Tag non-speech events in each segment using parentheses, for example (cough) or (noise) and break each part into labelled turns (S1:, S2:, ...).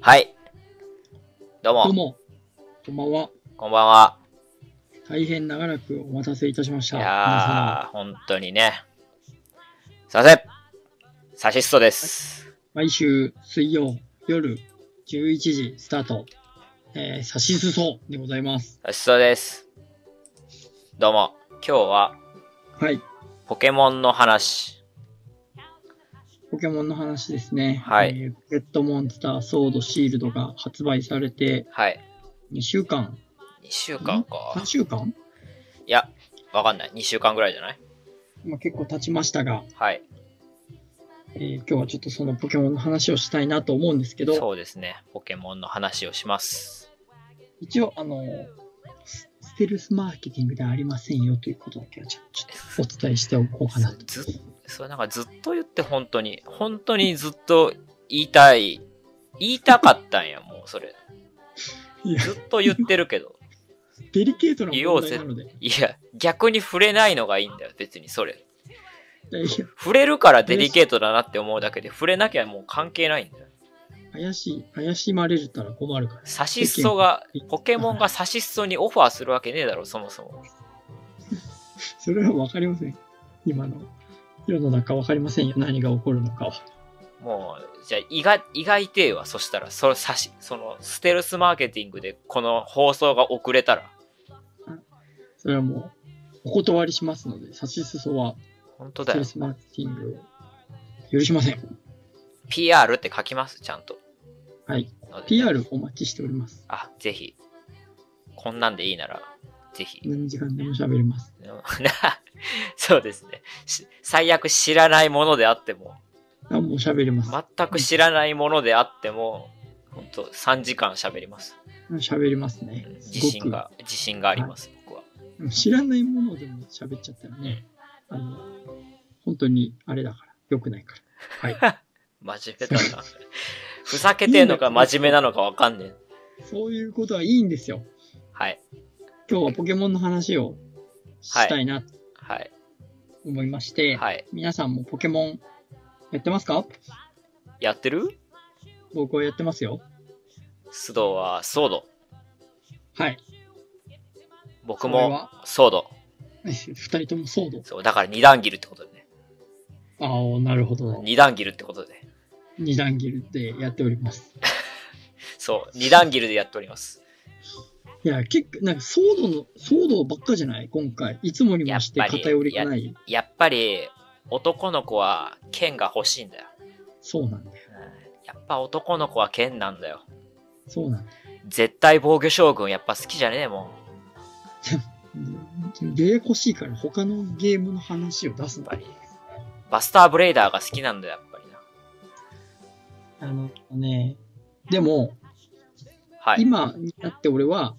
S1: はい。どうも、
S2: どうも、こんばんは。
S1: こんばんは。
S2: 大変長らくお待たせいたしまし
S1: い
S2: た。
S1: やー、本当にね。すいません。サシストです。
S2: 皆様毎週水曜夜11時スタート、えー、差しすそでございます。
S1: サシストです。どうも、今日は
S2: はい。
S1: ポケモンの話。
S2: ポケモンの話ですね。
S1: はい
S2: えーポケットモンスター、ソード、シールドが発売されて
S1: はい。
S2: 2週間、
S1: 2週間か
S2: 3。週間、
S1: いや、わかんない。2週間ぐらいじゃない
S2: まあ、結構経ちましたが、
S1: はい。
S2: えー今日はちょっとそのポケモンの話をしたいなと思うんですけど、
S1: そうですね。ポケモンの話をします。
S2: 一応、あのースステルスマーケティングではありませんよということだけはちょちょっとお伝えしておこうかなと。
S1: ずっそれなんかずっと言って本当に、本当にずっと言いたい、言いたかったんや、もうそれ。
S2: いや
S1: ずっと言ってるけど。
S2: (laughs) デリケートな問題なので。い
S1: いや、逆に触れないのがいいんだよ、別にそれ。
S2: やいや
S1: 触れるからデリケートだなって思うだけで、触れなきゃもう関係ないんだよ。
S2: 怪しい、怪しまれるたら困るから。
S1: サシスソが、ポケモンがサシスソにオファーするわけねえだろ、そもそも。
S2: それはわかりません。今の世の中わかりませんよ。何が起こるのかは。
S1: もう、じゃあ、意外、意外てえわ、そしたら、そのサシ、その、ステルスマーケティングでこの放送が遅れたら、
S2: それはもう、お断りしますので、差し裾は、
S1: 本当
S2: セ
S1: だ
S2: ー
S1: よ
S2: ル。スマーケティングを許しません。
S1: PR って書きます、ちゃんと。
S2: はい。
S1: なので
S2: PR お待ちしております。
S1: あ、ぜひ。こんなんでいいなら、ぜひ。 (laughs)
S2: 何時間でも喋れます。
S1: でもなそうですね。し最悪知らないものであっても、
S2: 何も喋れます。
S1: 全く知らないものであっても、本当3時間喋ります。
S2: 喋れますね
S1: う。ん
S2: す
S1: 自
S2: ごく
S1: 信。が、自信があります、僕は。
S2: 知らないものでも喋っちゃったらね、あの、本当にあれだから、良くないから。
S1: 真面目だ
S2: (laughs)
S1: な。ふざけてんのか真面目なのかわかんねえ。
S2: そういうことはいいんですよ。
S1: はい。
S2: 今日はポケモンの話をしたいなと
S1: はい。
S2: 思いまして、
S1: はい。
S2: 皆さんもポケモンやってますか
S1: やってる
S2: 僕はやってますよ。
S1: 須藤はソード。
S2: はい。
S1: 僕
S2: これ
S1: も
S2: は (laughs)
S1: ソード。
S2: 二人ともソード。
S1: そう、だから二段切るってことでね。
S2: ああ、なるほど。
S1: 二段切るってことでね。
S2: 二段ギルでやっております。
S1: そう、二段切るでやっております。
S2: いや、結構、なんか、ソードの、ソードばっかじゃない今回。いつもにもして
S1: やっぱり
S2: 偏りがない。
S1: やっぱり男の子は剣が欲しいんだよ。
S2: そうなんだよ。
S1: うんやっぱ男の子は剣なんだよ。
S2: そうなんだよ
S1: 絶対防御将軍やっぱ好きじゃねえもん。
S2: うん。ややこしいから、他のゲームの話を出すん
S1: やっ
S2: だ
S1: ぱり。バスターブレイダーが好きなんだよ、やっぱりな。
S2: あのね、でも、
S1: はい。
S2: 今になって俺は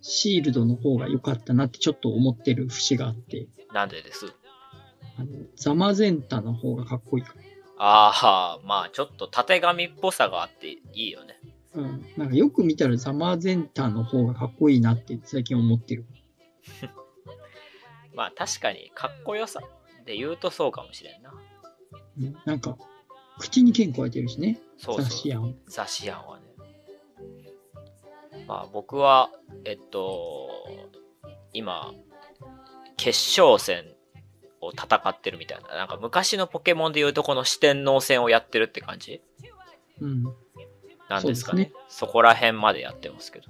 S2: シールドの方が良かったなってちょっと思ってる節があって
S1: なんでです。
S2: あのザマゼンタの方がかっこいいか
S1: ああ、まあちょっと縦紙っぽさがあっていいよね。
S2: ら、うん、なんかよく見たらザマゼンタの方がかっこいいなって最近思ってる
S1: まあ確かにかっこよさで言うとそうかもしれんな。
S2: うんなんか口に剣加えてるしね
S1: そう
S2: ザ
S1: そう
S2: シ。アン
S1: ザシアンはね。まあ僕は、えっと、今、決勝戦を戦ってるみたいな。なんか昔のポケモンでいうとこの四天王戦をやってるって感じ
S2: うん
S1: なんですか
S2: そ
S1: ね。
S2: う
S1: そこら辺までやってますけど。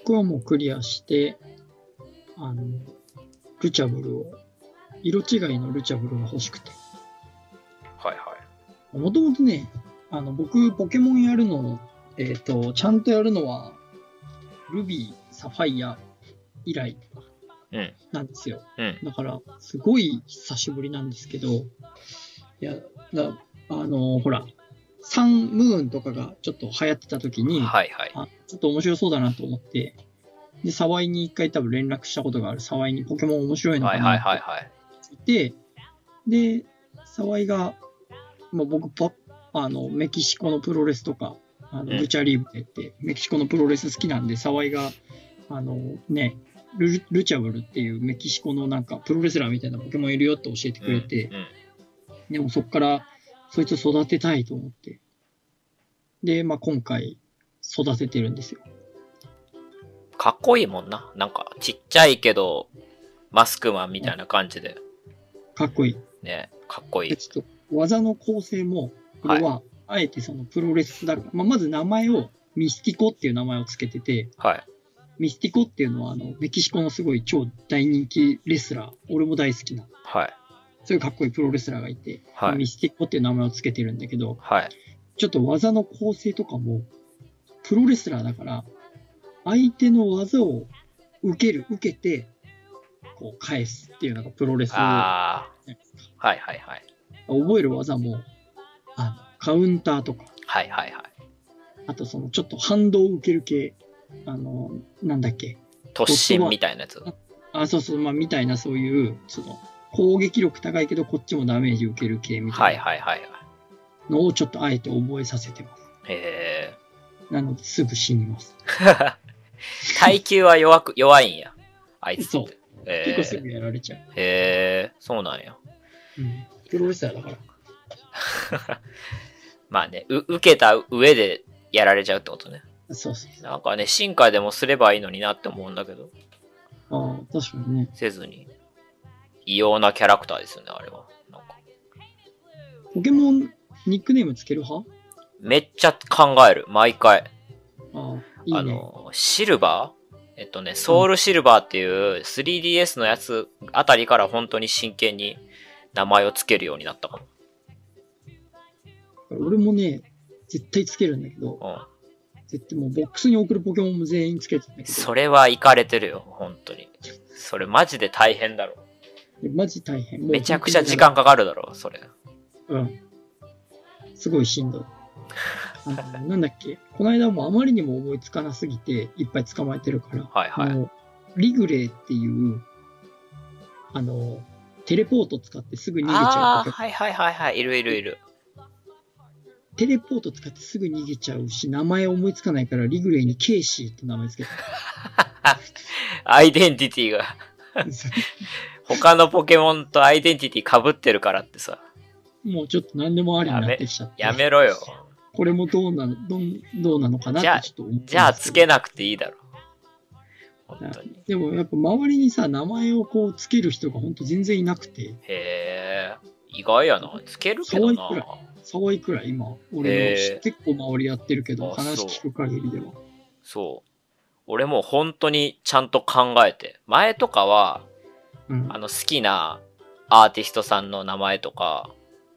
S2: 僕はもうクリアしてあのルチャブルを色違いのルチャブルが欲しくて
S1: はいはい。
S2: もともとね、あの、僕、ポケモンやるの、えっ、と、ちゃんとやるのは、ルビー、サファイア以来
S1: うん
S2: なんですよ。
S1: うん。
S2: だから、すごい久しぶりなんですけど、いや、だあのほら、サンムーンとかがちょっと流行ってた時に、
S1: はいはい。
S2: あちょっと面白そうだなと思って、で、沢井に一回多分連絡したことがある沢井にポケモン面白いの
S1: は
S2: か
S1: いはい
S2: な
S1: はいはい。
S2: で、で、沢井が、まあ、僕パ、あの、メキシコのプロレスとか、あ
S1: うん
S2: のルチャリーブレって、メキシコのプロレス好きなんで、沢井が、あのね、ルルチャブルっていうメキシコのなんかプロレスラーみたいなポケモンいるよって教えてくれて、
S1: うんうん
S2: でもそっからそいつを育てたいと思って、で、まあ、今回育ててるんですよ。
S1: かっこいいもんな。なんか、ちっちゃいけど、マスクマンみたいな感じで、
S2: かっこいい。
S1: ね、かっこい
S2: で
S1: い。
S2: ちょっと技の構成も、これは、あえてそのプロレスだから、まあ、まず名前をミスティコっていう名前をつけてて、
S1: はい。
S2: ミスティコっていうのはあのメキシコのすごい超大人気レスラー、俺も大好きな、
S1: はい。
S2: そういうかっこいいプロレスラーがいて、
S1: はい。
S2: ミスティコっていう名前をつけてるんだけど、
S1: はい。
S2: ちょっと技の構成とかも、プロレスラーだから、相手の技を受ける、受けて、こう返すっていうのがプロレス覚
S1: ああ。はいはいはい。
S2: える技も、あのカウンターとか、
S1: はいはいはい。
S2: あとそのちょっと反動を受ける系、あの、なんだっけ。
S1: 突進みたいなやつ。
S2: あ、そうそう、まあ、みたいなそういう、その、攻撃力高いけどこっちもダメージ受ける系みた
S1: はいい
S2: な
S1: はいはいはい。
S2: のをちょっとあえて覚えさせてます。
S1: へえ。
S2: なので、すぐ死にます。
S1: 耐久は弱く、弱いんや。あいつって。
S2: そう
S1: へ
S2: 結構す
S1: え。
S2: ぐやられちゃう。
S1: へえ。そうなんや。 (laughs)
S2: うん。プロレスラーだから。
S1: まあね、う受けた上でやられちゃうってことね。
S2: そうそうそう。
S1: なんかね、進化でもすればいいのになって思うんだけど、
S2: ああ、確かにね。
S1: せずに。異様なキャラクターですよね、あれは。なんか
S2: ポケモン、ニックネームつける派
S1: めっちゃ考える、毎回。
S2: ああ、いい
S1: あ
S2: ね。
S1: の、シルバーえっとね、ソウルシルバーっていう 3DS のやつあたりから本当に真剣に名前をつけるようになったか
S2: 俺もね、絶対つけるんだけど、
S1: も。
S2: 絶対もうボックスに送るポケモンも全員つけてんだ
S1: うん。
S2: け
S1: それはイかれてるよ、本当に。それマジで大変だろ。
S2: ど、マジ大変。もう
S1: めちゃくちゃ時間かかるだろ、それ。
S2: うん。すごいしんどい。あ
S1: (laughs)
S2: のなんだっけこの間もあまりにも思いつかなすぎて、いっぱい捕まえてるから、
S1: はいは
S2: あ
S1: い。
S2: のリグレーっていう、あの、テレポート使ってすぐ逃げちゃ
S1: あ
S2: う
S1: あ、
S2: ポケ
S1: はいはいはいはい、いるいるいる。
S2: テレポート使ってすぐ逃げちゃうし、名前思いつかないから、リグレーにケイシーって名前
S1: (laughs)
S2: つけた。
S1: アイデンティティが。他のポケモンとアイデンティティ被ってるからってさ、
S2: もうちょっと何でもありになってきちゃって。
S1: やめろよ。
S2: これもどうなの、どんどうなのかな
S1: じゃあ
S2: ってちょっと思ってます
S1: じゃあつけなくていいだろ。本当に。
S2: でもやっぱ周りにさ、名前をこうつける人が本当全然いなくて、
S1: へえ、意外やな。つけるけどな。
S2: 可愛いく沢井くらい今、俺
S1: へ
S2: の
S1: ー
S2: 結構周りやってるけど、
S1: あ
S2: 話聞く限りでは。
S1: そう。俺もう本当にちゃんと考えて。前とかは、
S2: うん
S1: あ。の好きなアーティストさんの名前とか、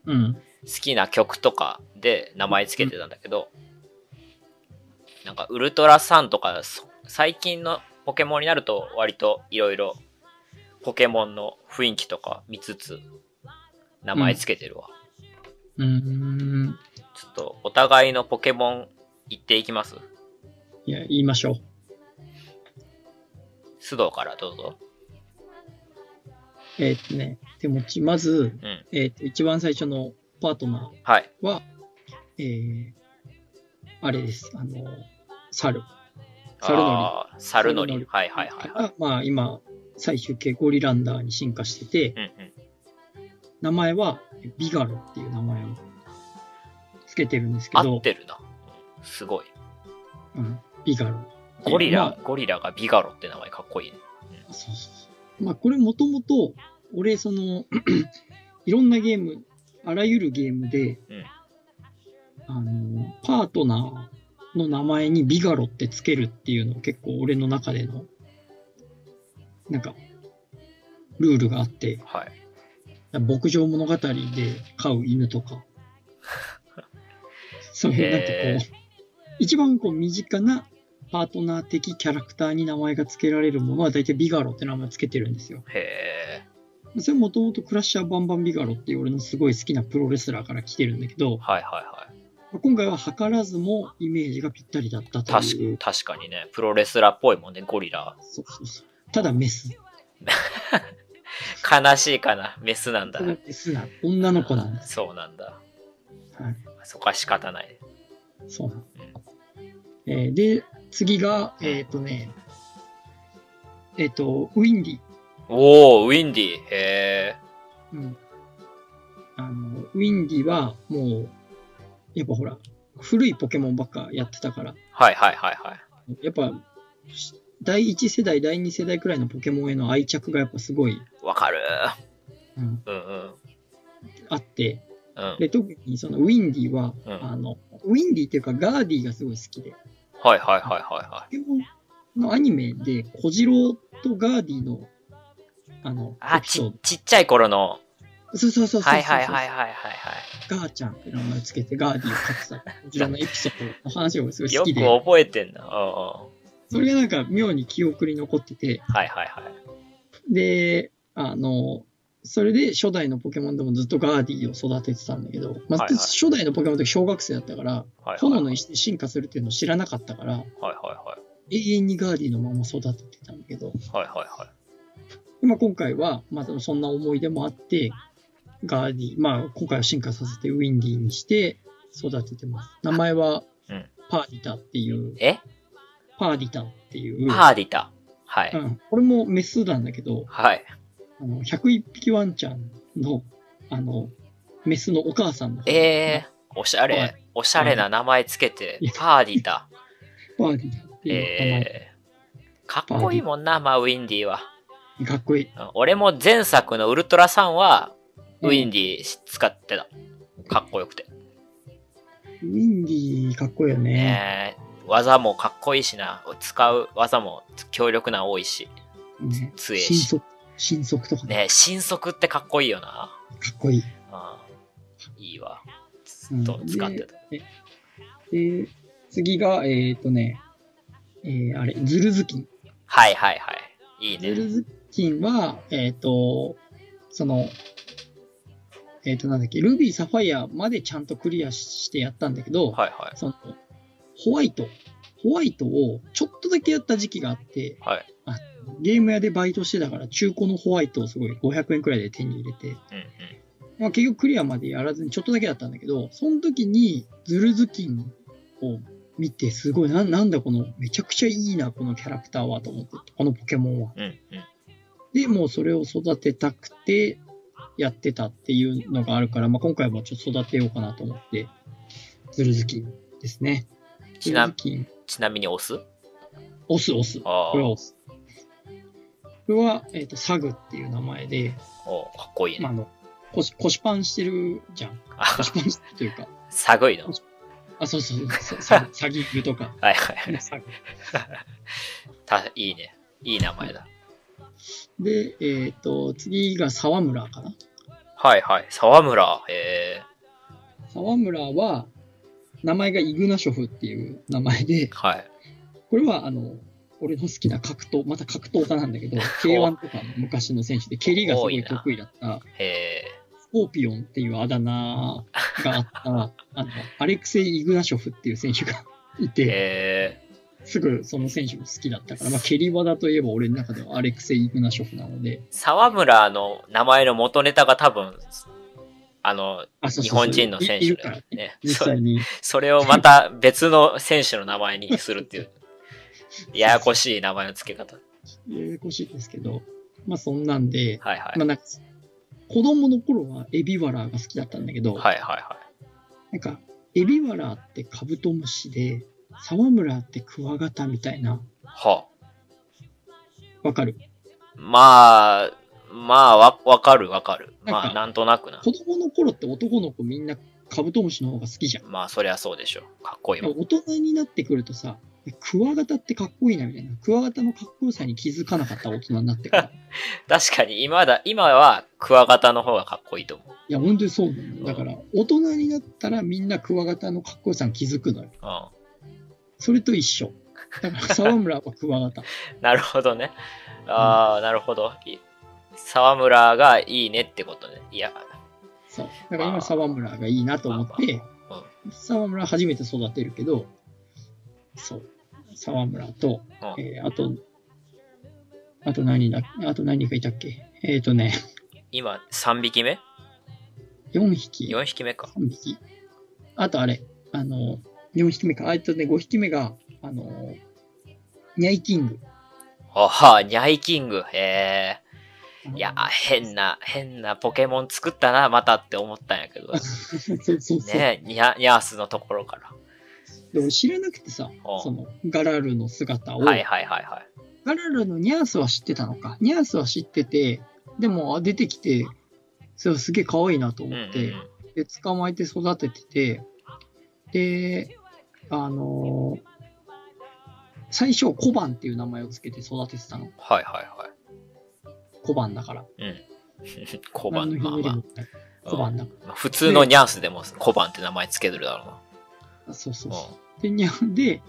S2: うん。
S1: 好きな曲とかで名前つけてたんだけど、なんかウルトラサンとか、そ最近のポケモンになると割といろいろポケモンの雰囲気とか見つつ名前つけてるわ。
S2: うーん。
S1: ちょっとお互いのポケモン行っていきます
S2: いや、言いましょう。
S1: 須藤からどうぞ。
S2: えーっとね、手持ち、まず、
S1: うん。
S2: えーっと、一番最初のパートナ
S1: はい。
S2: ーは、えー、あれです。あの、猿。猿のり。
S1: あー猿の
S2: 猿の
S1: り
S2: り。
S1: はいはいはいはい。
S2: がまあ今、最終形ゴリランダーに進化してて、
S1: うんうん。
S2: 名前はビガロっていう名前をつけてるんですけ
S1: 合
S2: ど
S1: っ、てるな。すごい。
S2: うん、ビガロ。
S1: ゴリ
S2: ま
S1: ラ、ゴリラがビガロって名前かっこいいね。
S2: あ、そうそうそう。まあこれもともと、俺その、 (clears throat) いろんなゲーム、あらゆるゲームで、
S1: うん
S2: あの、パートナーの名前にビガロってつけるっていうの結構俺の中での、なんか、ルールがあって、
S1: はい。
S2: 牧場物語で飼う犬
S1: (laughs)
S2: とか、そういうなんかこう、
S1: へー
S2: 一番こう身近なパートナー的キャラクターに名前が付けられるものは大体ビガロって名前を付けてるんですよ。
S1: へえ。
S2: それもともとクラッシャーバンバンビガロっていう俺のすごい好きなプロレスラーから来てるんだけど、
S1: はいはいはい。
S2: 今回は図らずもイメージがぴったりだったとい
S1: 確。
S2: う
S1: か確かにね、プロレスラーっぽいもんね、ゴリラ。
S2: そうそうそうただメス。
S1: 悲しいかな、メスなんだ
S2: た。だメスな女の子なんです。
S1: そうなんだ。
S2: はい
S1: そこは仕方ない。
S2: そうなの、えーで、次が、えっ、とね、えっ、と、ウィンディ。
S1: おー、ウィンディ。へえ。
S2: うんあのウィンディはもう、やっぱほら、古いポケモンばっかやってたから、
S1: はいはいはいはい。
S2: やっぱ、し第1世代、第2世代くらいのポケモンへの愛着がやっぱすごい、
S1: わかる。
S2: うん、
S1: うんうん。
S2: あって、
S1: うん。
S2: で、特にそのウィンディは、
S1: うん
S2: あの、ウィンディっていうかガーディがすごい好きで、
S1: はいはいはいはいは
S2: ポ
S1: い。
S2: ケモンのアニメで小次郎とガーディの、あの、
S1: あ、
S2: エピソー
S1: ち、ちっちゃい頃の。
S2: ド。そうそうそうそうそう。
S1: はいはいはいはいはいは
S2: ガーちゃんって名前をつけてガーディを飼ってた。こちらのエピソードの話をすごい
S1: い。よ
S2: 好
S1: く
S2: きで、
S1: 覚えてんな。うんうん。は
S2: それがなんか妙に記憶に残ってて、
S1: いはいはい。
S2: で、あの、それで初代のポケモンでもずっとガーディを育ててたんだけど、ま
S1: は
S2: あ、
S1: いはい
S2: 初代のポケモンの時小学生だったから、
S1: はいはい
S2: 炎
S1: は
S2: の
S1: い
S2: 石で進化するっていうのを知らなかったから、
S1: はいは
S2: 永遠にガーディのまま育ててたんだけど、
S1: い。はいはいはい。
S2: まあ、今回は、まあ、でもそんな思い出もあって、ガーディ、まあ、今回は進化させてウィンディにして育ててます。名前は
S1: うん、
S2: パーディタっていう、
S1: え
S2: パーディタっていう、
S1: パーディタ。は
S2: う
S1: い。
S2: ん、これもメスなんだけど、
S1: はい。
S2: あの101匹ワンちゃんの、あの、メスのお母さんの、
S1: えー、おしゃ
S2: は
S1: れ
S2: い、
S1: おしゃれな名前つけて
S2: いや、
S1: パーディタ。
S2: パーディタっていう名前、
S1: えー、かっこいいもんな、まあ、ウィンディは。
S2: かっこいい。
S1: うん俺も前作のウルトラさんは、
S2: うん
S1: ウィンディ使ってた。かっこよくて。
S2: ウィンディかっこいいよね。
S1: ねえ技もかっこいいしな。使う技も強力な多いし。
S2: ね
S1: 強いし
S2: 新速、新速とかね、
S1: ねえ、新速ってかっこいいよな。
S2: かっこいい。
S1: うんいいわ。ずっと使ってた。
S2: で、次が、えっ、とね、えー、あれ、ズルズキン。
S1: はいはいはい。いい
S2: ズル
S1: ね。
S2: ズキンは、えっ、と、その、えっ、と、なんだっけ、ルビー、サファイアまでちゃんとクリアしてやったんだけど、
S1: はいはい。
S2: その、ホワイト、ホワイトをちょっとだけやった時期があって、
S1: はい
S2: あゲーム屋でバイトしてたから、中古のホワイトをすごい500円くらいで手に入れて、
S1: うんうん。
S2: まあ、結局クリアまでやらずにちょっとだけだったんだけど、その時にズルズキンを見て、すごいな、なんだこの、めちゃくちゃいいな、このキャラクターはと思って、このポケモンは。
S1: うんうん。
S2: で、もうそれを育てたくてやってたっていうのがあるから、まあ、今回もちょっと育てようかなと思って、ズルズキンですね。ズ
S1: ち
S2: ルズ
S1: な
S2: キン、
S1: ちなみにオス
S2: オスオス。こ
S1: ああ
S2: れ。はオス。これは、えっ、と、サグっていう名前で、
S1: おかっこいい
S2: まあ、
S1: ね。
S2: あの、腰、腰パンしてるじゃん。
S1: (laughs)
S2: 腰パンしてるというか、
S1: 寒いの。
S2: あ、そうそう
S1: (laughs)
S2: そう、さサギングとか。
S1: はいはい。
S2: サギ
S1: たいいね。いい名前だ。
S2: で、えっ、と、次が沢村かな。
S1: はいはい。沢村。え
S2: 沢村は、名前がイグナショフっていう名前で
S1: ー、、はい。
S2: これは、あの、俺の好きな格闘、また格闘家なんだ
S1: (laughs)
S2: けど、K1 とかの昔の選手で、蹴りがすごい得意だった、
S1: え
S2: スコーピオンっていうあだ名があった、あの、アレクセイ・イグナショフっていう選手が (laughs) い
S1: ー、
S2: て、
S1: え
S2: すぐその選手も好きだったから、まあ、蹴り技といえば俺の中ではアレクセイ・イグナショフなので
S1: ー、、沢村の名前の元ネタが多分、あの、
S2: あ、そう
S1: 日
S2: そうそう
S1: 本人の選
S2: い
S1: 手
S2: いる
S1: だ
S2: か
S1: よ
S2: ら、
S1: ね。
S2: 実
S1: そ
S2: 際に。
S1: それをまた別の選手の名前にするっ
S2: (laughs)
S1: ていう、ややこしい名前の付け方。
S2: ややこしいですけど、まあそんなんで、
S1: はいはい。
S2: まあなんか、子供の頃はエビワラーが好きだったんだけど、
S1: はいはいは
S2: なんか、エビワラーってカブトムシで、沢村ってクワガタみたいな、
S1: い。は
S2: わかる
S1: あ、まあ、まあ、わ、わかるわかる。ま
S2: なん
S1: あ、
S2: か
S1: なんとなくな。
S2: 子供の頃って男の子みんなカブトムシの方が好きじゃん。
S1: まあ、そりゃそうでしょう。かっこいい
S2: で
S1: もん
S2: も。大人になってくるとさ、クワガタってかっこいいなみたいな、クワガタのかっこよさに気づかなかった大人になってから。
S1: 確かに、今だ、今はクワガタの方がかっこいいと思う。
S2: いや、本当にそうなんだよ。だから、大人になったらみんなクワガタのかっこよさに気づくのよ。
S1: う
S2: それと一緒。だから沢村はクワガタ。
S1: ん。なるほどね。ああ、なるほど。い沢村がいいねってことね。いや、
S2: そう。だから今沢村がいいなと思って
S1: まあま、
S2: 沢村初めて育てるけど、そう。沢村と、
S1: うん。
S2: えーあと、あと何だ、あと何がいたっけえっ、ー、とね、
S1: 今、3匹目
S2: 4匹、
S1: ?4 匹目か。
S2: 3匹。あとあれ、あの、4匹目か。あえっとね、5匹目が、あの、ニャイキング。
S1: あはあ、ニャイキング。へえ。
S2: あの
S1: いや、変な、変なポケモ
S2: (laughs)
S1: ン作ったな、またって思ったんやけど。
S2: そうそうそう。
S1: ねニャ、ニャースのところから。
S2: で、俺知らなくてさ
S1: お、
S2: その、ガラルの姿を、
S1: はいはいはいはい。
S2: ガラルのニャースは知ってたのか。ニャースは知ってて、でも、あ出てきて、それはすげえ可愛いなと
S1: うんう
S2: 思って、
S1: ん
S2: で、捕まえて育ててて、で、あのー最初、コバンっていう名前をつけて育ててたの。
S1: はいは
S2: コバンだから。
S1: いはい。うん。 (laughs) 小判、まあ
S2: 何のひねり
S1: ま
S2: もないコバンだか
S1: あ。普通のニャンスでも小判って名前つけてるだろ
S2: ら。そうそうう
S1: な。
S2: そうう。で、ニャンで、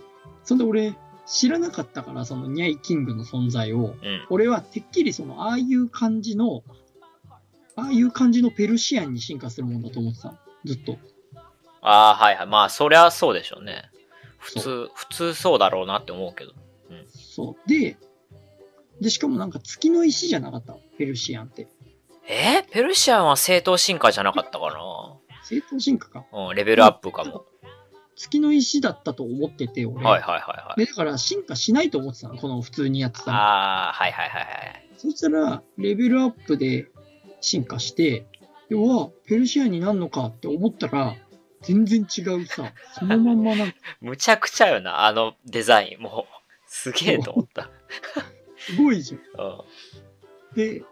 S2: そんで俺、知らなかったから、そのニャイキングの存在を、
S1: ん。うん。
S2: 俺はてっきりその、ああいう感じの、ああいう感じのペルシアンに進化するもんだと思ってたの。ずっと。
S1: ああ、はいはい。まあ、そりゃそうでしょうね。普
S2: そ
S1: 通、普通そうだろうなって思うけど。
S2: そう。で、で、しかもなんか月の石じゃなかった。ペルシアンって。
S1: えーペルシアンは正当進化じゃなかったかな
S2: 正当進化か。
S1: うん、レベルアップかも。
S2: 月の石だったと思ってて、俺。
S1: はいはいはいはい。
S2: で、だから進化しないと思ってたの。この普通にやってたの。
S1: ああ、はいはいはいはい。
S2: そしたら、レベルアップで進化して、で、うわ、ペルシアになるのかって思ったら、全然違うさ、そのまんまなんか、
S1: むちゃくちゃよな、あのデザイン。もう、すげえと思った。
S2: すごいじゃん。
S1: うん。
S2: で、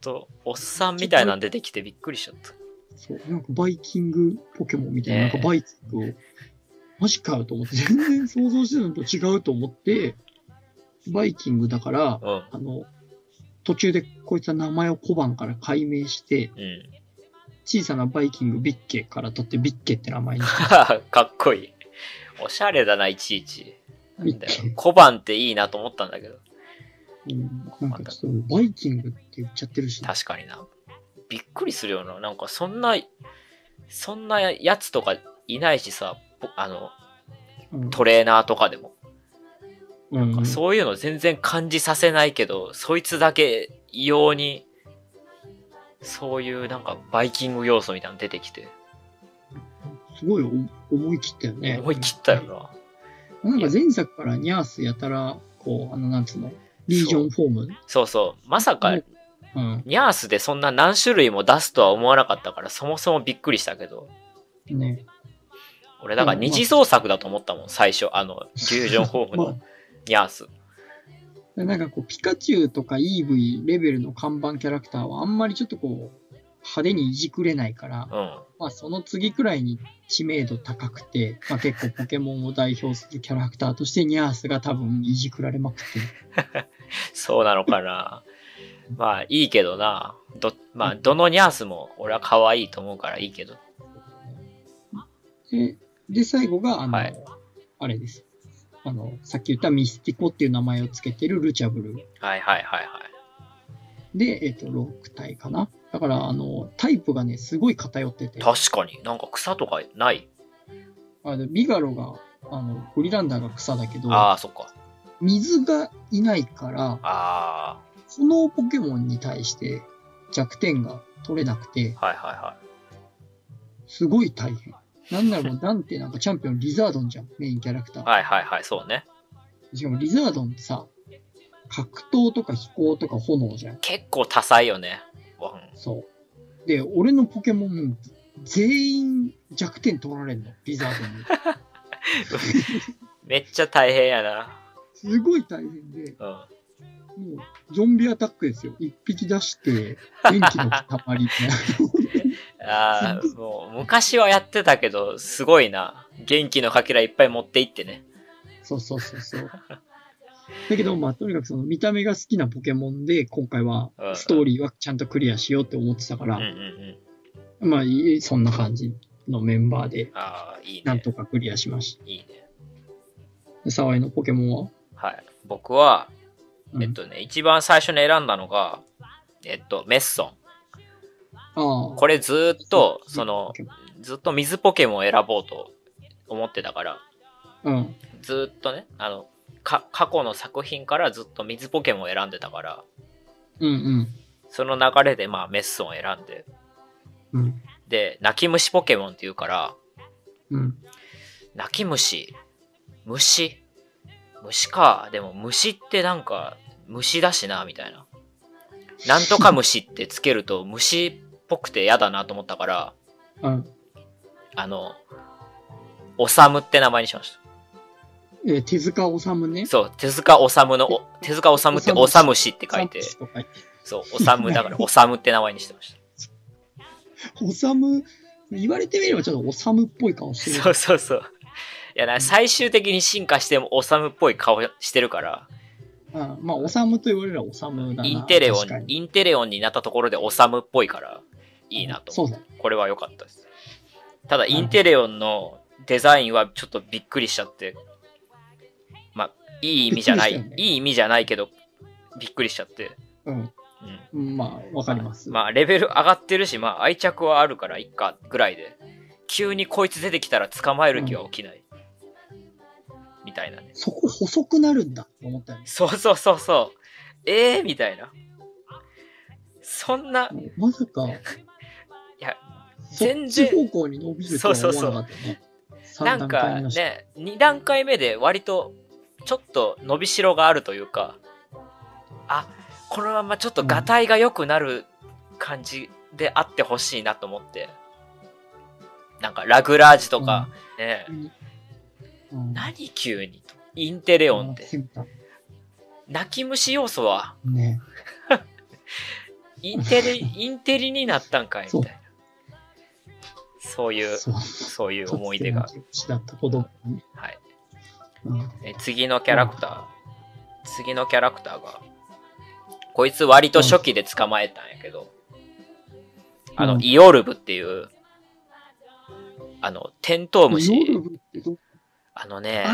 S1: と、おっさんみたいなん出てきてびっくりしちゃった。
S2: そう、なんかバイキングポケモンみたいな、
S1: ねえ
S2: なんかバイキングを、マジかよと思って、全然想像してたのと違うと思って、バイキングだから、
S1: うん。
S2: あの、途中でこいつは名前を小判から改名して、
S1: うん。
S2: 小さなバイキングビッケから取ってビッケって名前
S1: (laughs)
S2: に。
S1: かっこいい。おしゃれだな、いちいち。
S2: ビ
S1: なんだ
S2: ッケ
S1: よ。小判っていいなと思ったんだけど。
S2: うんなんかちょっとバイキングって言っちゃってるし、
S1: 確かにな。びっくりするよな。なんかそんな、そんなやつとかいないしさ、ぼあの、
S2: うん
S1: トレーナーとかでも。
S2: うん
S1: そういうの全然感じさせないけど、そいつだけ異様に、そういうなんかバイキング要素みたいなの出てきて、
S2: すごいお思い切ったよね。
S1: 思い切ったよな。
S2: なんか前作からニャースやたら、こう、あの、なんつうの、リージョンフォーム。
S1: そうそう。まさか
S2: う、うん。
S1: ニャースでそんな何種類も出すとは思わなかったから、そもそもびっくりしたけど、
S2: ね。
S1: 俺だから二次創作だと思ったもん、最初。あの、リュージョンホーム
S2: ま
S1: のニャース。
S2: あ、なんかこう、ピカチュウとかイーブイレベルの看板キャラクターはあんまりちょっとこう、派手にいじくれないから、
S1: うん。
S2: まあその次くらいに知名度高くて、まあ結構ポケモンを代表するキャラクターとしてニャースが多分いじくられまくってる。
S1: そうなのか
S2: (laughs)
S1: な。まあいいけどな。ど、まあどのニャースも俺は可愛いと思うからいいけど。
S2: で、で最後が、あの、
S1: はい
S2: あれです。あの、さっき言ったミスティコっていう名前をつけてるルチャブル
S1: はいはいはいはい。
S2: で、えっ、と、6体かな。だから、あの、タイプがね、すごい偏ってて、
S1: 確かになんか草とかない
S2: あのビガロが、あの、フリランダーが草だけど、
S1: ああそっか
S2: 水がいないから、
S1: あ
S2: そのポケモンに対して弱点が取れなくて、
S1: あはいはいは
S2: すごい大変。なんならも
S1: (laughs)
S2: う、ダンテなんかチャンピオンリザードンじゃん、メインキャラクター
S1: い。はいはいはいそうね
S2: しかもリザードンってさ、格闘とか飛行とか炎じゃん。
S1: 結構多彩よねうん
S2: そう。で、俺のポケモン、全員弱点取られんの、リザ
S1: (laughs)
S2: ードンに。
S1: めっちゃ大変やな
S2: すごい大変で、
S1: うん
S2: もう、ゾンビアタックですよ。一匹出して、電気の塊みたいな。
S1: ああもう昔はやってたけどすごいな元気のかけらいっぱい持っていってね
S2: そうそうそうそう。だけど、まあ、とにかくその見た目が好きなポケモンで、今回は
S1: う、ん
S2: ストーリーはちゃんとクリアしようって思ってたか
S1: うんうん
S2: ら、
S1: うん
S2: まあ、いそんな感じのメンバーで、
S1: ああいい
S2: なん
S1: ね
S2: とかクリアしまし
S1: いいね
S2: た。で沢井のポケモンは、
S1: はい僕は
S2: うん
S1: えっとね一番最初に選んだのがえっとメッソン
S2: ああ、
S1: これずーっとその
S2: ポケモ
S1: ずっと水ポケモンを選ぼうと思ってたから
S2: ンうん。
S1: ずーっとねあのか過去の作品からずっと水ポケモンを選んでたから
S2: うんうん。
S1: その流れでまあメッソンを選んで
S2: うん。
S1: で泣き虫ポケモンっていうから
S2: うん。
S1: 泣き虫虫虫かでも虫ってなんか虫だしなみたいななんとか虫ってつけると虫っぽくて嫌だなと思ったから
S2: うん。
S1: あのおさむって名前にしました。
S2: えー手塚治虫ね。
S1: そう、手塚治虫のお、手塚治虫って
S2: お
S1: お
S2: さ
S1: さ
S2: む
S1: むしって書いて、
S2: 治とか言って
S1: そう、おさむだからおさむって名前にしてまし
S2: 治虫、言われてみればちょっと治虫っぽい顔して
S1: た。
S2: る。
S1: そうそうそう。いやな、最終的に進化してもおさむっぽい顔してるから、
S2: あまあ、治虫と言われれば治虫だな。
S1: インテレオン
S2: 確か、に
S1: インテレオンになったところでおさむっぽいから、いいなと。
S2: そうだ。
S1: これは良かったです。ただ、インテレオンのデザインはちょっとびっくりしちゃって、まあ、いい意味じゃない、
S2: びっくりしたよね
S1: いい意味じゃないけど、びっくりしちゃって、
S2: うん。
S1: うん。
S2: まあ、わかります。
S1: まあ、レベル上がってるし、まあ、愛着はあるから、いっか、ぐらいで。急にこいつ出てきたら捕まえる気は起きない。みたいなね。
S2: そこ細くなるんだと思ったよね。
S1: そうそうそうそう。ええー、みたいな。そんな、
S2: まさか、
S1: や
S2: そっ
S1: 全
S2: ち
S1: 然
S2: 方向に伸びるとは思わなかったね。
S1: な
S2: 三
S1: ん
S2: 段階
S1: か
S2: の
S1: ね、2段階目で割とちょっと伸びしろがあるというか、あ、このままちょっとがたいが良くなる感じであってほしいなと思って。なんかラグラージュとか、ね、
S2: うん
S1: 何急にと。インテレオンって。
S2: センター
S1: 泣き虫要素は
S2: ね。
S1: インテ
S2: (laughs)
S1: リ、インテリになったんかいみたいな。そういう、
S2: そう。
S1: そういう思い出が
S2: か。つての気持ちだった子供ね。
S1: はい。
S2: うん
S1: え次のキャラクター、次のキャラクターがこいつ割と初期で捕まえたんやけど、あ
S2: う
S1: の
S2: ん
S1: イオルブっていうあのテントウム
S2: 夜
S1: シ
S2: ってど
S1: あのねあ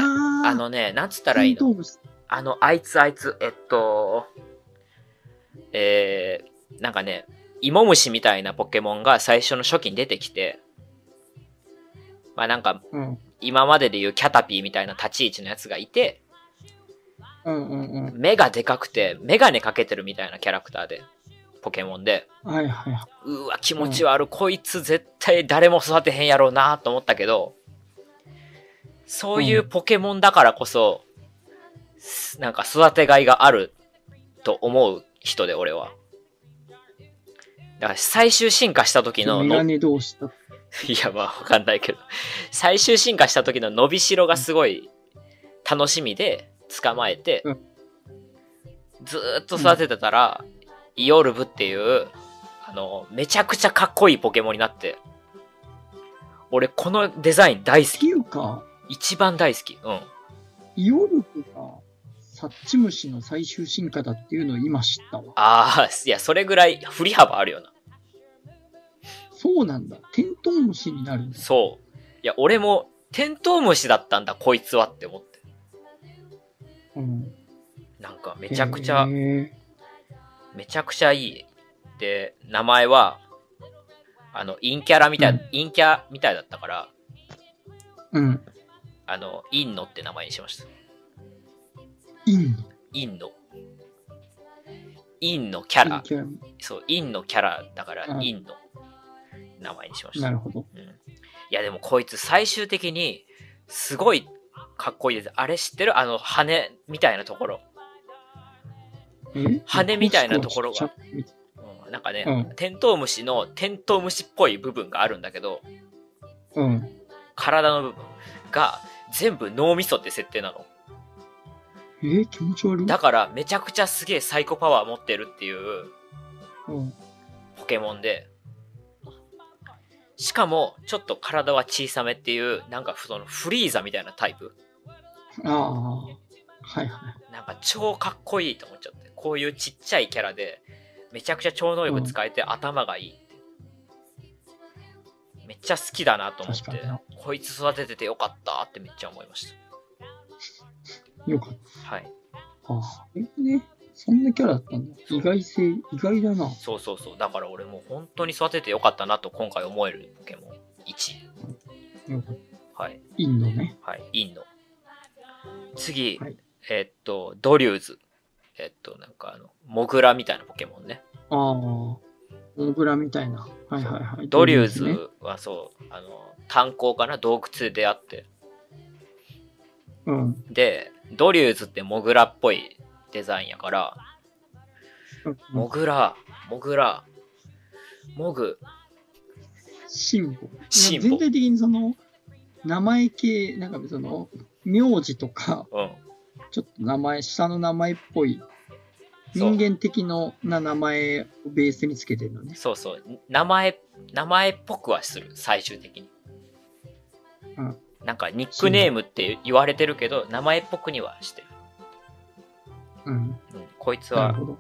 S2: あー
S1: のねなんつったらいい
S2: テン
S1: の
S2: トウムシ
S1: あのあいつあいつえっとえー、なんかねイモムシみたいなポケモンが最初の初期に出てきてまあなんか
S2: うん
S1: 今まででいうキャタピーみたいな立ち位置のやつがいて、
S2: うんうんうん。
S1: 目がでかくて、メガネかけてるみたいなキャラクターで、ポケモンで、
S2: はいはいは
S1: うーわ、気持ち悪い、こいつ絶対誰も育てへんやろうなと思ったけど、そういうポケモンだからこそ、すなんか育てがいがあると思う人で、俺は。だから最終進化した時
S2: い。
S1: の
S2: メ
S1: の
S2: ガネ同士だ。
S1: (laughs) いや、まあ、わかんないけど。最終進化した時の伸びしろがすごい楽しみで、捕まえて
S2: うん、
S1: ずーっと育ててたら、イオルブっていう、あの、めちゃくちゃかっこいいポケモンになって、俺、このデザイン大好
S2: っ
S1: き
S2: て。いうか、
S1: 一番大好き。うん。
S2: イオルフがサッチムシの最終進化だっていうのを今知ったわ。
S1: ああ、いや、それぐらい振り幅あるよな。
S2: そうなんだ。テントウムシになるんだ。
S1: そう。いや、俺も、テントウムシだったんだ、こいつはって思って。
S2: うん、
S1: なんか、めちゃくちゃ
S2: へ、ー
S1: めちゃくちゃいい。で、名前は、あの、陰キャラみたい、
S2: うん
S1: 陰キャみたいだったから、
S2: うん。
S1: あの、陰のって名前にしました。
S2: インド。
S1: 陰の。陰のキャラ。
S2: キャ
S1: そう、陰のキャラだから、
S2: うん
S1: 陰の名前にしまし
S2: な
S1: た。
S2: るほど。
S1: うん、いや、でもこいつ最終的に、すごいかっこいいです。あれ知ってるあの、羽みたいなところ。
S2: え
S1: 羽みたいなところが
S2: ちっちゃ
S1: うんなんかね、
S2: う
S1: テントウムシのテントウムシっぽい部分があるんだけど、
S2: うん。
S1: 体の部分が全部脳みそって設定なの。
S2: えー気持ち悪い。
S1: だからめちゃくちゃすげえサイコパワー持ってるっていう
S2: うん。
S1: ポケモンで。しかも、ちょっと体は小さめっていう、なんかそのフリーザみたいなタイプ。
S2: ああ。はいは
S1: なんか超かっこいいと思っちゃって。こういうちっちゃいキャラで、めちゃくちゃ超能力使えて頭がいいって。めっちゃ好きだなと思っ
S2: 確
S1: て
S2: かにな、
S1: こいつ育てててよかったってめっちゃ思いまし。
S2: い。よかった
S1: はい。
S2: た。あーえね。そんなキャラだったんだ。意外性、意外だな。
S1: そうそうそう。だから俺もう本当に育ててよかったなと今回思えるポケモン1。
S2: よかった。
S1: はい。
S2: インドね。
S1: はい。インの。次、
S2: はい
S1: えっと、ドリューズ。えっと、なんかあの、モグラみたいなポケモンね。
S2: ああ。モグラみたいな。はいはいはい。
S1: ドリュー
S2: ね
S1: ズはそう、あの、炭鉱かな洞窟で出会って。
S2: うん。
S1: で、ドリューズってモグラっぽいデザインやから、モグラ、モグラ、モグ、
S2: 進歩。
S1: 進歩
S2: 全体的にその、名前系、なんかその、名字とか、
S1: うん。
S2: ちょっと名前、下の名前っぽい、
S1: そう
S2: 人間的のな名前をベースにつけてるのね。
S1: そうそう。名前、名前っぽくはする、最終的に。
S2: うん
S1: なんか、ニックネームって言われてるけど、名前っぽくにはしてる。
S2: うん。
S1: うん、こいつ
S2: な
S1: は、
S2: るほど。
S1: うん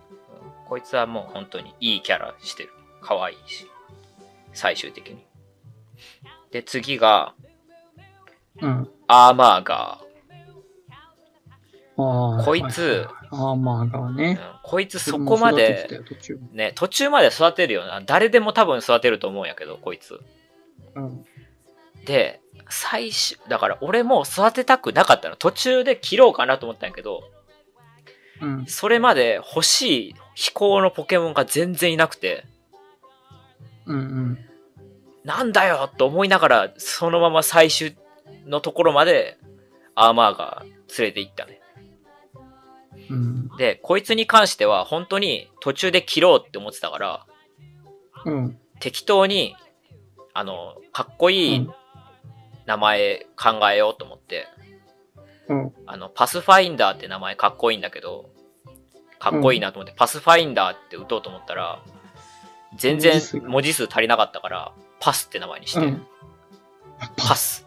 S1: こいつはもう本当にいいキャラしてる。可愛いし。最終的に。で、次が、
S2: うん。
S1: アーマーガ
S2: ああ。
S1: こいつ
S2: はいはいはい。アーマーが
S1: ー。う
S2: ね。
S1: ん、こいつそこま
S2: れも育ててた
S1: で、
S2: よ途中
S1: ね、途中まで育てるよな。誰でも多分育てると思うんやけど、こいつ。
S2: うん。
S1: で、最終、だから俺もう育てたくなかったの。途中で切ろうかなと思ったんやけど、
S2: うん。
S1: それまで欲しい飛行のポケモンが全然いなくて、
S2: うんうん。
S1: なんだよと思いながら、そのまま最終のところまで、アーマーが連れて行ったね。
S2: うん。
S1: で、こいつに関しては本当に途中で切ろうって思ってたから、
S2: うん。
S1: 適当に、あの、かっこいい名前考えようと思って、
S2: うん。
S1: あの、パスファインダーって名前かっこいいんだけど、かっこいいなと思って、パスファインダーって打とうと思ったら、全然
S2: 文字数が
S1: 文字数足りなかったから、パスって名前にし
S2: う
S1: て
S2: ん、。
S1: パ
S2: ス。
S1: ス、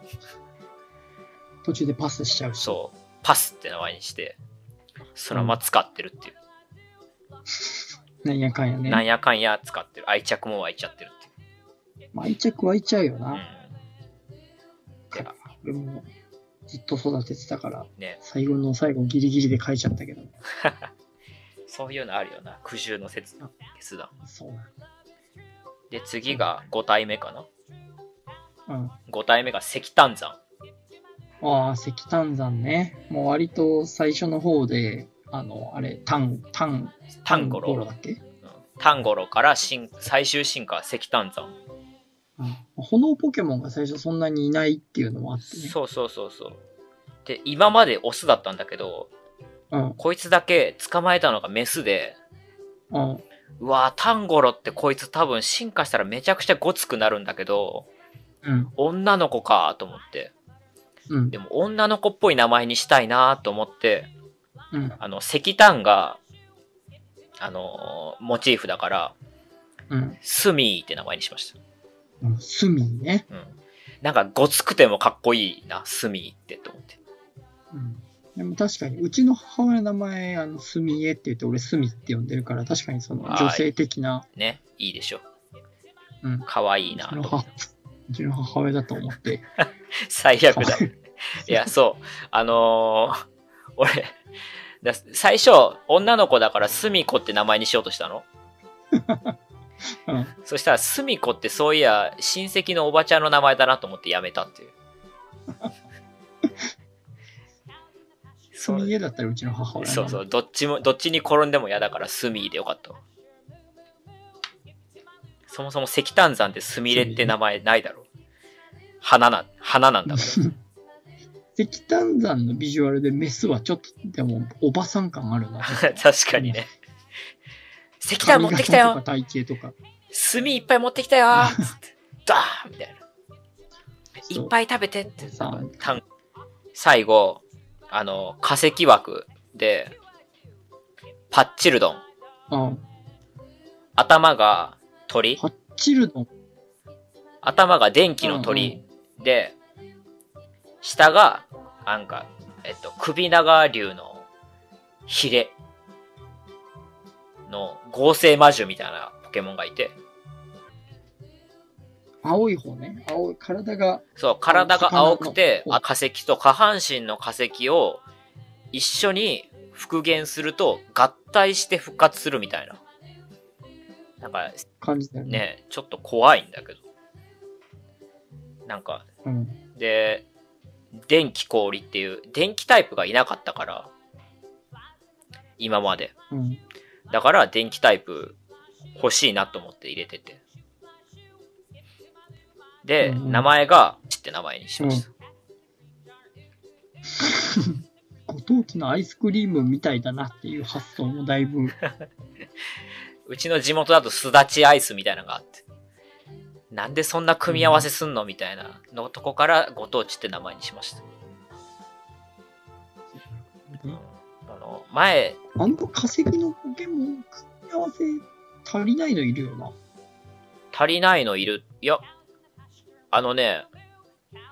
S2: 途中でパスしちゃうし。
S1: そう、パスって名前にして、そのまま使ってるっていう。
S2: なんやかんやね。
S1: なんやかんや使ってる。愛着も湧いちゃってるっていう。
S2: まあ愛着湧いちゃうよ
S1: う
S2: な。
S1: ん。
S2: でも、ずっと育ててたから、
S1: ね、
S2: 最後の最後ギリギリで書いちゃったけど。
S1: そういうのあるよな。苦渋の説決断。
S2: そう
S1: で、次が5体目かな。
S2: なん。うん。
S1: 5体目が石炭山。
S2: ああ、石炭山ね。もう割と最初の方で、あの、あれ、炭、炭、
S1: 炭五
S2: ゴロ
S1: 郎
S2: だ。っけ
S1: うん炭五郎から進最終進化は石炭山。
S2: うん。炎ポケモンが最初そんなにいないっていうのもあってね。
S1: そうそうそうそう。で、今までオスだったんだけど、
S2: うん。
S1: こいつだけ捕まえたのがメスで、
S2: うん。
S1: うわー、タンゴロってこいつ多分進化したらめちゃくちゃごつくなるんだけど、
S2: うん。
S1: 女の子かと思って。
S2: うん
S1: で。も女の子っぽい名前にしたいなと思って、
S2: うん。
S1: あの、石炭が、あのーモチーフだから、
S2: うん。
S1: スミーって名前にしました。
S2: うん。スミーね。
S1: うん。なんかごつくてもかっこいいな、スミーってと思って。
S2: うん。でも確かに、うちの母親の名前、あの、スミエって言って、俺、スミって呼んでるから、確かにその
S1: はい
S2: 女性的な、
S1: ね、いいでしょ。
S2: うん。
S1: かわいいうな
S2: ちの
S1: と。
S2: 母うちの (laughs) 母親だと思って。
S1: 最悪だ。いや、そう。あのー (laughs) 俺、だ最初、女の子だから、すみこって名前にしようと
S2: (laughs)
S1: したの。
S2: うん。
S1: そしたら、すみこってそういや、親戚のおばちゃんの名前だなと思ってやめた
S2: (laughs)
S1: っていう。
S2: (laughs) ス
S1: そう
S2: ミエだったらうちの母親。
S1: そうそう、どっちも、どっちに転んでも嫌だから、すみでよかったわ。そもそも石炭山ってすみれって名前ないだろ。花な、花なんだから。
S2: 石炭山のビジュアルでメスはちょっと、でも、おばさん感ある
S1: (laughs)
S2: な。
S1: 確かにね。石炭持ってきた
S2: 髪
S1: よ
S2: 型とか体型とか。
S1: 炭いっぱい持ってきたよつって。ダーンみたいな。いっ
S2: い。
S1: ぱい食べてって。
S2: さあ
S1: たん最後、あの、化石枠で、パッチルドン。
S2: うん。
S1: 頭が鳥
S2: パッチルドン。
S1: 頭が電気の鳥。で、下が、なんか、えっと、首長竜のヒレの合成魔獣みたいなポケモンがいて、
S2: 青い方ね。青い、体が、
S1: そう、体が青くて、
S2: 魚の
S1: あ化石と下半身の化石を一緒に復元すると合体して復活するみたいな。なんか
S2: 感じだよね。
S1: ね、ちょっと怖いんだけど。なんか、
S2: うん。
S1: で、電気氷っていう、電気タイプがいなかったから、今まで。
S2: うん。
S1: だから電気タイプ欲しいなと思って入れてて。で、
S2: うん
S1: 名前が、ちって名前にしました。
S2: ご当地のアイスクリームみたいだなっていう発想もだいぶ、
S1: うちの地元だとすだちアイスみたいなのがあって。なんでそんな組み合わせすんのみたいなのとこからご当地って名前にしました。あの前、
S2: あの化石のポケモン組み合わせ足りないのいるよな。
S1: 足りないのいる。いや、あのね、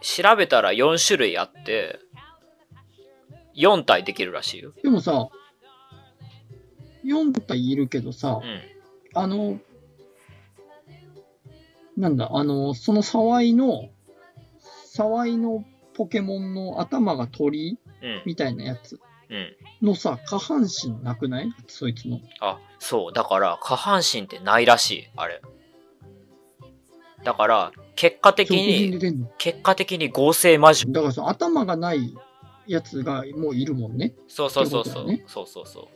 S1: 調べたら4種類あって、4体できるらしいよ。
S2: でもさ、4体いるけどさ
S1: う、ん。
S2: あの、なんだ、あの、その沢井の、沢井のポケモンの頭が鳥
S1: うん。
S2: みたいなやつ
S1: うん。
S2: のさ、下半身なくないそいつの。
S1: あ、そう。だから、下半身ってないらしい。あれ。だから、結果的
S2: 標準で
S1: に、
S2: 出んの
S1: 結果的に合成魔獣。
S2: だからその頭がないやつがもういるもんね。
S1: そうそうそう
S2: って
S1: そ
S2: こと
S1: う、
S2: だよね
S1: そうそうそう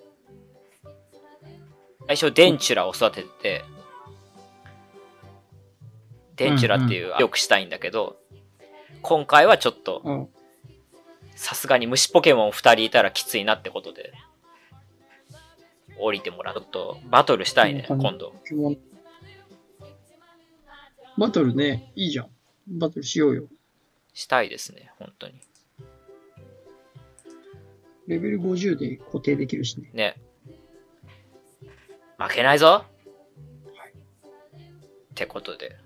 S1: 最初デンチュラを育てててデンチュラっていうよくしたいんだけど、今回はちょっと
S2: あ
S1: さすがに虫ポケモン2人いたらきついなってことで降りてもらうちょっとバトルしたいね
S2: うん
S1: 今度
S2: ポケモン。バトルね、いいじゃん。バトルしようよ。
S1: したいですね本当に
S2: レベル50で固定できるしね。
S1: ね負けないぞってことで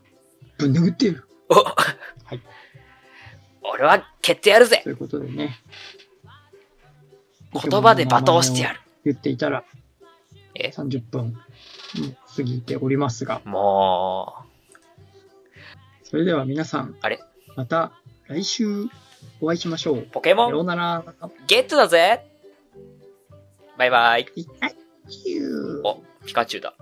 S2: ぶん殴ってやる。
S1: お、
S2: い
S1: 俺は蹴ってやるぜ
S2: ということでね。
S1: 言葉で罵倒してやる。
S2: 言っていたら、
S1: え
S2: 30分うん過ぎておりますが、
S1: も
S2: それでは皆さん、
S1: あれ
S2: また来週お会いしましょう
S1: う、。ポケ
S2: さ
S1: モ
S2: よう
S1: ン
S2: なら。
S1: ゲットだぜバイバイ。
S2: はい、キュー
S1: お、ピカチュウだ。